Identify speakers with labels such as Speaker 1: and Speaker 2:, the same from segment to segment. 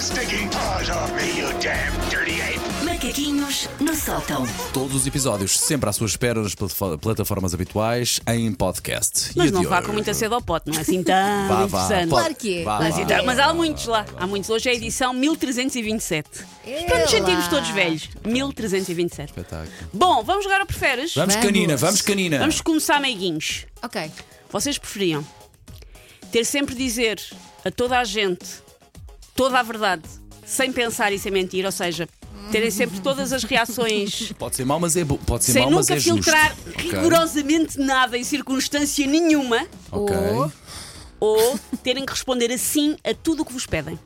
Speaker 1: stinking paws off me, you damn dirty ape!
Speaker 2: Macaquinhos no sótão.
Speaker 3: Todos os episódios sempre à sua espera nas platfo- plataformas habituais em podcast. E
Speaker 4: Mas
Speaker 3: a
Speaker 4: não
Speaker 3: de
Speaker 4: vá
Speaker 3: hoje?
Speaker 4: com muita cedo ao pote, não é assim tão
Speaker 3: Vá, vá,
Speaker 4: interessante.
Speaker 3: pode-
Speaker 5: Claro que é.
Speaker 3: vá,
Speaker 4: Mas,
Speaker 3: vá.
Speaker 4: então- mas há muitos lá, há muitos. Hoje é a edição 1327. Para nos
Speaker 5: Ela.
Speaker 4: sentirmos todos velhos. 1327.
Speaker 3: Espetáculo.
Speaker 4: Bom, vamos jogar ao preferes.
Speaker 3: Vamos,
Speaker 5: Vamos.
Speaker 3: canina, vamos canina.
Speaker 4: Vamos começar, meiguinhos.
Speaker 5: Ok.
Speaker 4: Vocês preferiam ter sempre de dizer a toda a gente toda a verdade, sem pensar e sem mentir, ou seja, terem sempre todas as reações
Speaker 3: Pode ser mau, mas é bom. Pode ser
Speaker 4: sem
Speaker 3: mau, mas
Speaker 4: nunca
Speaker 3: é justo.
Speaker 4: filtrar
Speaker 3: Ok.
Speaker 4: rigorosamente nada em circunstância nenhuma,
Speaker 3: Ok.
Speaker 5: Ou-
Speaker 4: ou terem que responder assim a tudo o que vos pedem.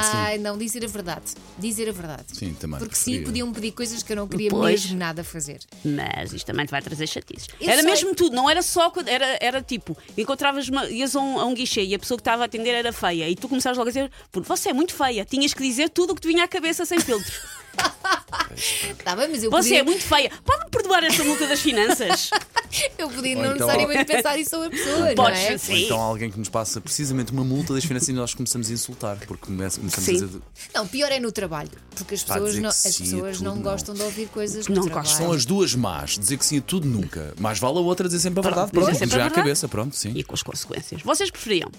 Speaker 5: Ai, não, dizer a verdade. Dizer a verdade.
Speaker 3: Assim. Sim, também
Speaker 5: Porque
Speaker 3: preferia.
Speaker 5: sim, podiam pedir coisas que eu não queria
Speaker 4: Pois.
Speaker 5: mesmo nada fazer.
Speaker 4: Mas isto também te vai trazer chatices.
Speaker 5: Eu
Speaker 4: era
Speaker 5: sei.
Speaker 4: mesmo tudo, não era só. quando- Era, era tipo, encontravas uma, ias a um, a um guichê e a pessoa que estava a atender era feia e tu começavas logo a dizer: "Pô, Você é muito feia. Tinhas que dizer tudo o que te vinha à cabeça sem filtro.
Speaker 5: Tá bem, mas eu
Speaker 4: Você
Speaker 5: podia,
Speaker 4: é muito feia. Pode-me perdoar esta multa das finanças?
Speaker 5: eu podia
Speaker 3: Ou
Speaker 5: não
Speaker 3: então-
Speaker 5: necessariamente pensar isso sobre a pessoa, não
Speaker 4: Podes,
Speaker 5: é?
Speaker 3: Ou
Speaker 4: sim.
Speaker 3: então alguém que nos passa precisamente uma multa das finanças e nós começamos a insultar. Porque começa- começamos
Speaker 4: Sim.
Speaker 3: a dizer.
Speaker 5: Não, pior é no trabalho, porque as
Speaker 3: Pá,
Speaker 5: pessoas
Speaker 3: dizer
Speaker 5: não,
Speaker 3: que
Speaker 5: as
Speaker 3: sim a
Speaker 5: pessoas
Speaker 3: tudo,
Speaker 5: não
Speaker 3: não.
Speaker 5: gostam de ouvir coisas no
Speaker 4: Não
Speaker 5: trabalho.
Speaker 4: gostam.
Speaker 3: São as duas más. Dizer que sim a tudo nunca. Mais vale a outra dizer sempre a verdade.
Speaker 4: dizer
Speaker 3: Pronto,
Speaker 4: sempre
Speaker 3: já
Speaker 4: a
Speaker 3: à
Speaker 4: verdade.
Speaker 3: cabeça, pronto, sim.
Speaker 4: e com as consequências. Vocês preferiam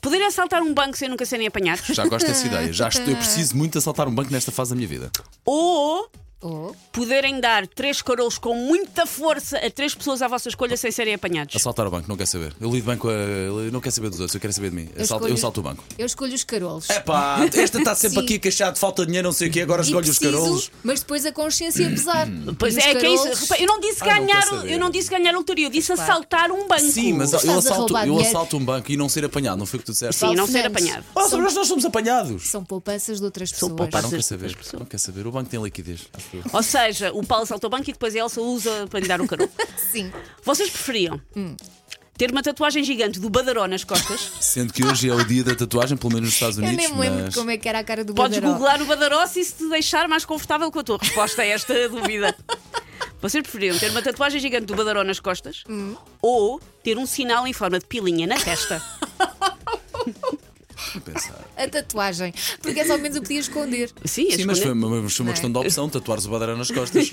Speaker 4: poder assaltar um banco sem nunca serem apanhados?
Speaker 3: Já gosto dessa ideia. Já estou, eu preciso muito de assaltar um banco nesta fase da minha vida.
Speaker 4: Ou
Speaker 5: Oh,
Speaker 4: poderem dar três carolos com muita força a três pessoas à vossa escolha sem serem apanhados?
Speaker 3: Assaltar o banco, não quer saber. Eu lido bem com a. eu Não quero saber dos outros, eu quero saber de mim. Eu, salto, eu
Speaker 5: escolho-
Speaker 3: salto o banco. É,
Speaker 5: eu escolho os carolos.
Speaker 3: Epá, esta está sempre
Speaker 5: Sim.
Speaker 3: aqui a queixar de falta de dinheiro, não sei o quê, agora
Speaker 5: E
Speaker 3: escolho os
Speaker 5: preciso,
Speaker 3: carolos. Hum.
Speaker 5: Mas depois a consciência ia pesar.
Speaker 4: Pois
Speaker 5: Os
Speaker 4: é, que é isso.
Speaker 5: carolos-
Speaker 4: Repara, Eu não disse
Speaker 3: Ah, não
Speaker 4: ganhar, um-
Speaker 3: quero saber.
Speaker 4: eu não disse ganhar a loteria, eu disse
Speaker 5: Claro.
Speaker 4: assaltar um banco.
Speaker 3: Sim, mas
Speaker 5: Estás
Speaker 3: eu
Speaker 5: a
Speaker 3: assalto,
Speaker 5: roubar
Speaker 3: eu
Speaker 5: dinheiro.
Speaker 3: assalto um banco e não ser apanhado, não foi o que tu disseste?
Speaker 4: Sim, não ser
Speaker 5: Fernandes.
Speaker 4: apanhado.
Speaker 3: Ah, mas nós não somos apanhados.
Speaker 5: São poupanças de outras
Speaker 4: São
Speaker 5: pessoas.
Speaker 3: Pá,
Speaker 4: poupanças.
Speaker 3: não quer
Speaker 4: Essas
Speaker 3: saber,
Speaker 4: pessoas.
Speaker 3: não quer saber. O banco tem liquidez. acho eu.
Speaker 4: Ou seja, o Paulo assaltou o banco e depois a Elsa usa para lhe dar o carol.
Speaker 5: Sim.
Speaker 4: Vocês preferiam ter uma tatuagem gigante do Badaró nas costas?
Speaker 3: Sendo que hoje é o dia da tatuagem, pelo menos nos Estados
Speaker 5: Eu
Speaker 3: Unidos.
Speaker 5: nem me lembro
Speaker 3: mas...
Speaker 5: como é que era a cara do
Speaker 4: Podes
Speaker 5: Badaró.
Speaker 4: googlar o Badaró se isso te deixar mais confortável com a tua resposta a esta dúvida. Vocês preferiam ter uma tatuagem gigante do Badaró nas costas ou ter um sinal em forma de pilinha na testa?
Speaker 5: é
Speaker 3: Pensar.
Speaker 5: A tatuagem. Porque essa ao menos eu podia esconder.
Speaker 4: Sim, a
Speaker 3: Sim, mas
Speaker 4: escolha-
Speaker 3: foi uma, mas foi uma
Speaker 5: Não é?
Speaker 3: questão de opção, tatuares o badarão nas costas.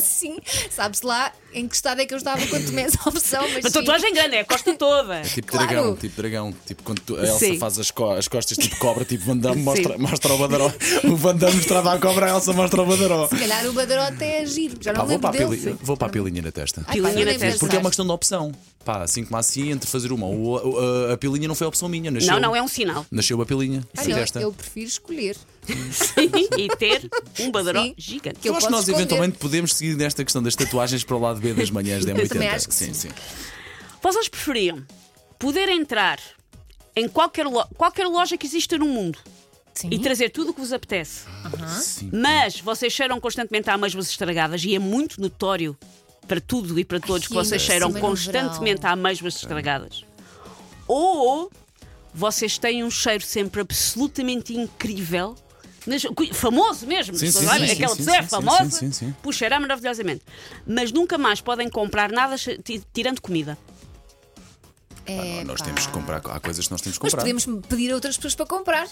Speaker 5: Sim. Sabe-se lá em que estado é que eu estava quando tomei essa opção. Mas
Speaker 4: Uma
Speaker 5: sim.
Speaker 4: tatuagem grande, é a costa toda.
Speaker 3: Tipo
Speaker 5: Claro.
Speaker 3: dragão, tipo dragão. Tipo quando tu- a Elsa
Speaker 4: Sim.
Speaker 3: faz as, co- as costas tipo cobra, tipo Van Damme mostra, mostra o badaró. O Van Damme mostrava a cobra, a Elsa mostra o badaró.
Speaker 5: Se calhar o Badaró até é giro. Já
Speaker 3: Pá,
Speaker 5: não
Speaker 3: vou,
Speaker 5: lembro
Speaker 3: para a
Speaker 5: dele.
Speaker 3: pili- vou para a pilinha na testa.
Speaker 5: Ai,
Speaker 4: Pilinha
Speaker 5: pá,
Speaker 4: na
Speaker 5: nem
Speaker 4: testa.
Speaker 3: Porque é uma
Speaker 5: pensar.
Speaker 3: questão de opção. Pá, assim como assim, entre fazer uma ou a, a- a pilinha não foi a opção minha. Nasceu,
Speaker 4: Não, não, é um sinal.
Speaker 3: Nasceu a pilinha.
Speaker 5: Ah,
Speaker 3: Sim,
Speaker 5: não,
Speaker 3: desta.
Speaker 5: eu prefiro escolher.
Speaker 4: e ter um Badaró
Speaker 5: Sim.
Speaker 4: gigante.
Speaker 5: Que eu-
Speaker 3: acho que
Speaker 5: posso
Speaker 3: nós
Speaker 5: esconder.
Speaker 3: eventualmente podemos seguir nesta questão das tatuagens para o lado B das manhãs da M80.
Speaker 5: também acho que
Speaker 3: sim, sim.
Speaker 5: sim.
Speaker 4: Vocês preferiam poder entrar em qualquer, lo- qualquer loja que exista no mundo
Speaker 5: Sim.
Speaker 4: e trazer tudo o que vos apetece,
Speaker 3: Sim.
Speaker 4: mas vocês cheiram constantemente a amêijoas estragadas e é muito notório para tudo e para todos que
Speaker 5: Ai,
Speaker 4: vocês
Speaker 5: em
Speaker 4: cheiram
Speaker 5: cima no
Speaker 4: constantemente a amêijoas estragadas. Ou vocês têm um cheiro sempre absolutamente incrível, nas- cu- famoso mesmo,
Speaker 3: Sim, sim,
Speaker 4: sabe?
Speaker 3: sim,
Speaker 4: aquela
Speaker 3: sim,
Speaker 4: pessoa
Speaker 3: sim,
Speaker 4: é
Speaker 3: sim,
Speaker 4: famosa,
Speaker 3: sim, sim, sim.
Speaker 4: puxa, cheirar maravilhosamente, mas nunca mais podem comprar nada che- ti- tirando comida.
Speaker 5: É,
Speaker 3: Nós
Speaker 5: pá.
Speaker 3: temos que comprar. Há coisas que nós temos que
Speaker 5: Mas
Speaker 3: comprar.
Speaker 5: podemos pedir a outras pessoas para comprar.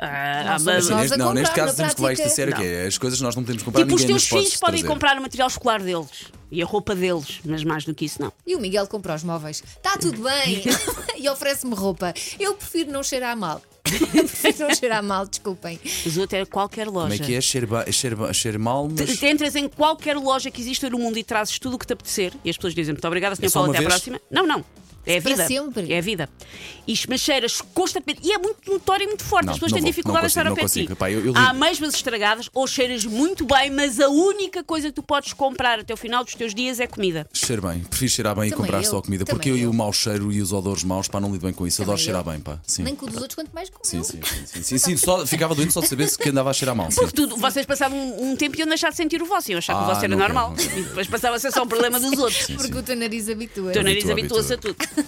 Speaker 4: Ah,
Speaker 5: Não,
Speaker 4: mas-
Speaker 5: somos nós.
Speaker 3: neste,
Speaker 5: a
Speaker 3: não, neste
Speaker 5: comprar,
Speaker 3: caso
Speaker 5: na
Speaker 3: temos que levar isto a
Speaker 5: prática.
Speaker 3: sério,
Speaker 4: Não.
Speaker 3: que é as coisas nós não podemos comprar
Speaker 4: Tipo, os
Speaker 3: ninguém
Speaker 4: teus
Speaker 3: nos pode
Speaker 4: filhos podem
Speaker 3: trazer.
Speaker 4: comprar o material escolar deles e a roupa deles, mas mais do que isso, não.
Speaker 5: E o Miguel comprou os móveis. Está tudo bem. e oferece-me roupa. Eu prefiro não cheirar mal. Eu prefiro não cheirar mal, desculpem.
Speaker 4: Usou até qualquer loja.
Speaker 3: Como é que é? Cheiro, ba- cheiro, ba- cheiro mal,
Speaker 4: Te-
Speaker 3: mas.
Speaker 4: te Entras em qualquer loja que exista no mundo e trazes tudo o que te apetecer e as pessoas dizem muito obrigada,
Speaker 3: É
Speaker 4: Sr.
Speaker 3: só
Speaker 4: Paulo,
Speaker 3: uma
Speaker 4: até à
Speaker 3: vez?
Speaker 4: próxima. Não, não. É a
Speaker 5: Para
Speaker 4: vida.
Speaker 5: sempre.
Speaker 4: É a vida. E ch- mas cheiras constantemente. E é muito notório e muito forte.
Speaker 3: Não,
Speaker 4: As pessoas
Speaker 3: não
Speaker 4: têm
Speaker 3: vou,
Speaker 4: dificuldade
Speaker 3: não
Speaker 4: em estar ao
Speaker 3: consigo,
Speaker 4: pé
Speaker 3: não
Speaker 4: de ti.
Speaker 3: consigo. Pá, eu- eu
Speaker 4: Há
Speaker 3: ligo.
Speaker 4: meias estragadas ou cheiras muito bem, mas a única coisa que tu podes comprar até o final dos teus dias é comida.
Speaker 3: Cheiro bem, prefiro cheirar bem
Speaker 5: Também
Speaker 3: e comprar
Speaker 5: eu,
Speaker 3: só comida,
Speaker 5: também
Speaker 3: porque eu, e
Speaker 5: eu.
Speaker 3: o mau cheiro e os odores maus, pá, não lido bem com isso. Eu adoro
Speaker 5: Também
Speaker 3: cheirar
Speaker 5: eu.
Speaker 3: bem, pá. Sim.
Speaker 5: Nem com os outros, quanto mais com o
Speaker 3: Sim,
Speaker 5: meu.
Speaker 3: sim, sim, sim, sim, sim, só ficava doente só de saber se que andava a cheirar mal. Sim.
Speaker 4: Porque tu- vocês passavam um, um tempo e iam deixar de sentir o vosso, iam achar que
Speaker 3: Ah,
Speaker 4: o vosso era
Speaker 3: não quero,
Speaker 4: normal.
Speaker 3: não quero.
Speaker 4: E depois passava a ser só um problema dos outros.
Speaker 5: Porque o teu nariz habitua.
Speaker 4: O teu nariz
Speaker 3: Habitua,
Speaker 4: habitua-se a tudo.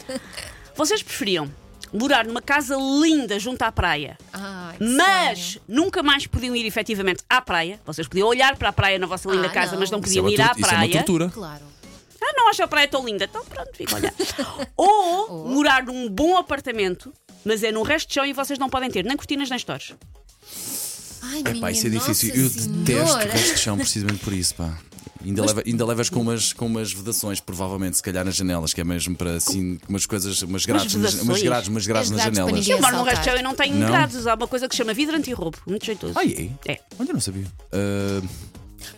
Speaker 4: Vocês preferiam morar numa casa linda junto à praia,
Speaker 5: Ai, que
Speaker 4: mas
Speaker 5: sonho.
Speaker 4: nunca mais podiam ir efetivamente à praia? Vocês podiam olhar para a praia na vossa linda
Speaker 5: Ah,
Speaker 4: casa,
Speaker 5: não.
Speaker 4: mas não
Speaker 3: Isso é
Speaker 4: podiam
Speaker 3: uma,
Speaker 4: ir à
Speaker 3: tor- isso é uma
Speaker 4: praia.
Speaker 3: tortura.
Speaker 5: Claro.
Speaker 4: ah, não acho a praia tão linda. Então pronto, fico a olhar. Ou morar num bom apartamento, mas é num resto de chão e vocês não podem ter nem cortinas nem stores.
Speaker 5: Ai,
Speaker 3: É pá,
Speaker 5: minha
Speaker 3: isso é difícil.
Speaker 5: Nossa
Speaker 3: Eu detesto
Speaker 5: Senhora.
Speaker 3: restos de chão precisamente por isso, pá. Ainda, leva- ainda levas com umas, com umas vedações, provavelmente, se calhar nas janelas, que é mesmo para assim, umas coisas, umas grades, nas- umas,
Speaker 4: vedações?
Speaker 3: grades, umas grades
Speaker 5: As
Speaker 3: nas
Speaker 5: grades para
Speaker 3: janelas.
Speaker 5: ninguém.
Speaker 4: Eu moro num
Speaker 5: Assaltar.
Speaker 4: resto de chão e não tenho
Speaker 3: Não?
Speaker 4: grades. Há uma coisa que se chama vidro antirroubo. Muito jeitoso.
Speaker 3: Ah, é?
Speaker 4: É.
Speaker 3: Olha, não sabia. Ah,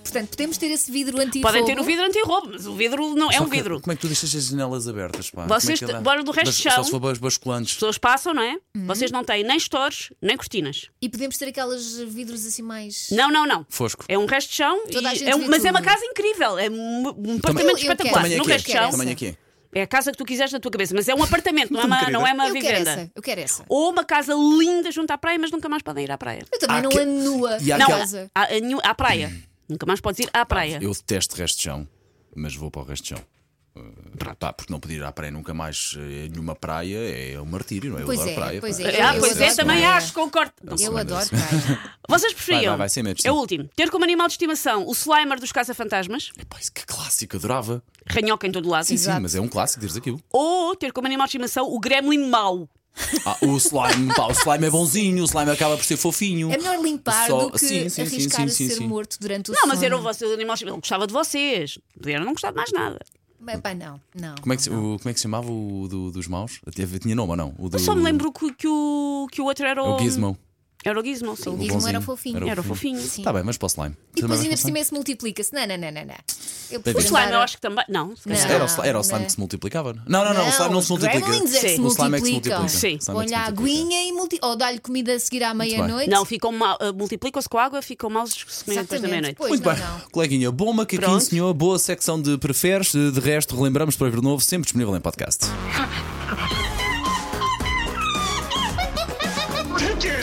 Speaker 5: Portanto, podemos ter esse vidro antigo.
Speaker 4: Podem ter o vidro antirroubo, mas o vidro não é
Speaker 3: só
Speaker 4: um
Speaker 3: que-
Speaker 4: vidro.
Speaker 3: Como é que tu deixas as janelas abertas, pá?
Speaker 4: Vocês
Speaker 3: Como é que é lá?
Speaker 4: moram no resto
Speaker 3: Bas-
Speaker 4: de
Speaker 3: Só
Speaker 4: chão?
Speaker 3: se for bas- basculantes.
Speaker 4: As pessoas passam, não é? Vocês não têm nem stores, nem cortinas.
Speaker 5: E podemos ter aqueles vidros assim mais.
Speaker 4: Não, não, não.
Speaker 3: Fosco.
Speaker 4: É um resto de chão,
Speaker 5: Toda a
Speaker 4: e
Speaker 5: gente
Speaker 4: é um-
Speaker 5: vê
Speaker 4: mas é uma
Speaker 5: tudo.
Speaker 4: casa incrível. É um um
Speaker 5: Eu- eu
Speaker 4: apartamento
Speaker 5: quero
Speaker 4: espetacular.
Speaker 5: essa.
Speaker 4: No
Speaker 5: Eu
Speaker 4: resto de
Speaker 5: quero
Speaker 4: chão,
Speaker 5: essa.
Speaker 3: Também aqui é.
Speaker 4: é a casa que tu quiseres na tua cabeça, mas é um apartamento, não é uma, não é uma
Speaker 5: eu quero
Speaker 4: vivenda.
Speaker 5: essa. Eu quero essa.
Speaker 4: Ou uma casa linda junto à praia, mas nunca mais podem ir à praia.
Speaker 5: Eu também
Speaker 3: Há
Speaker 5: não
Speaker 3: que-
Speaker 5: ando nua.
Speaker 3: e há
Speaker 5: em
Speaker 4: Não,
Speaker 3: aquela-
Speaker 5: casa.
Speaker 4: à, à- nenhum- à praia. Nunca mais podes ir à praia.
Speaker 3: Eu detesto resto de chão, mas vou para o resto de chão. Ah, Pá, porque não poder ir à praia nunca mais eh, nenhuma praia é um martírio, não é? Eu
Speaker 5: Pois
Speaker 3: adoro
Speaker 5: é,
Speaker 3: praia.
Speaker 5: pois
Speaker 3: pá.
Speaker 5: é.
Speaker 4: Ah,
Speaker 5: Eu-
Speaker 4: pois
Speaker 5: eu
Speaker 4: é,
Speaker 5: adoro
Speaker 4: também
Speaker 5: praia.
Speaker 4: acho, concordo. Não
Speaker 5: Eu
Speaker 3: Sim,
Speaker 5: adoro
Speaker 3: mas-
Speaker 5: praia.
Speaker 4: Vocês preferiam?
Speaker 3: vai, sim, mesmo, sim.
Speaker 4: é o último. Ter como animal de estimação o Slimer dos caça-fantasmas,
Speaker 3: Epá, isso que clássico, adorava.
Speaker 4: ranhoca em todo lado,
Speaker 3: Sim, sim, mas é um clássico, dizes aquilo.
Speaker 4: ou ter como animal de estimação o Gremlin mau.
Speaker 3: Ah, o slime, pá, o slime é bonzinho, o slime acaba por ser fofinho.
Speaker 5: É melhor limpar
Speaker 3: Só-
Speaker 5: do que
Speaker 3: sim, sim, sim,
Speaker 5: arriscar
Speaker 3: sim,
Speaker 5: a
Speaker 3: sim,
Speaker 5: ser
Speaker 3: sim.
Speaker 5: morto durante o
Speaker 4: Não, mas
Speaker 5: sono.
Speaker 4: eram vocês os animais. Ele gostava de vocês. Puderam não gostar de mais nada.
Speaker 5: Mas, pá, não, não.
Speaker 3: Como é, que se, o- como é que se chamava o do- dos maus? Teve- Tinha nome ou não? O do,
Speaker 4: Eu só me lembro que, que o, que o outro era o.
Speaker 3: Hum. O Gizmo.
Speaker 4: Era o Gizmo, sim.
Speaker 5: O
Speaker 3: O
Speaker 5: Gizmo
Speaker 3: bonzinho.
Speaker 5: era o fofinho.
Speaker 4: Era o fofinho.
Speaker 5: Sim.
Speaker 3: Tá bem, mas para o slime.
Speaker 5: E depois
Speaker 3: Também
Speaker 5: ainda por
Speaker 3: para o slime.
Speaker 5: cima se multiplica-se. Não, não, não, não. não.
Speaker 3: Bem
Speaker 5: Eu prefiro
Speaker 4: O slime
Speaker 5: andar
Speaker 4: eu
Speaker 5: a-
Speaker 4: acho que também. Não, se calhar.
Speaker 5: Não.
Speaker 3: Era o slime, era o slime
Speaker 5: Não.
Speaker 3: que se multiplicava? Não, não, não, o slime não
Speaker 5: os
Speaker 3: se multiplica.
Speaker 5: gremlins é que
Speaker 4: Sim.
Speaker 5: se
Speaker 3: O slime é que se multiplica.
Speaker 5: multiplicam.
Speaker 4: Sim.
Speaker 3: O slime é que se
Speaker 5: Olha a
Speaker 3: multiplica.
Speaker 5: aguinha e multi... ou dá-lhe comida a seguir à meia-noite.
Speaker 4: não ficam mal, ah, multiplicam-se com água, ficam maus se comerem depois da
Speaker 5: exatamente.
Speaker 4: meia-noite.
Speaker 5: Pois
Speaker 3: Muito
Speaker 5: não,
Speaker 3: bem,
Speaker 5: não.
Speaker 3: coleguinha, bom macaquinho,
Speaker 4: Pronto.
Speaker 3: senhor, boa secção de preferes. De de resto, relembramos para ver novo, sempre disponível em podcast.
Speaker 1: Take your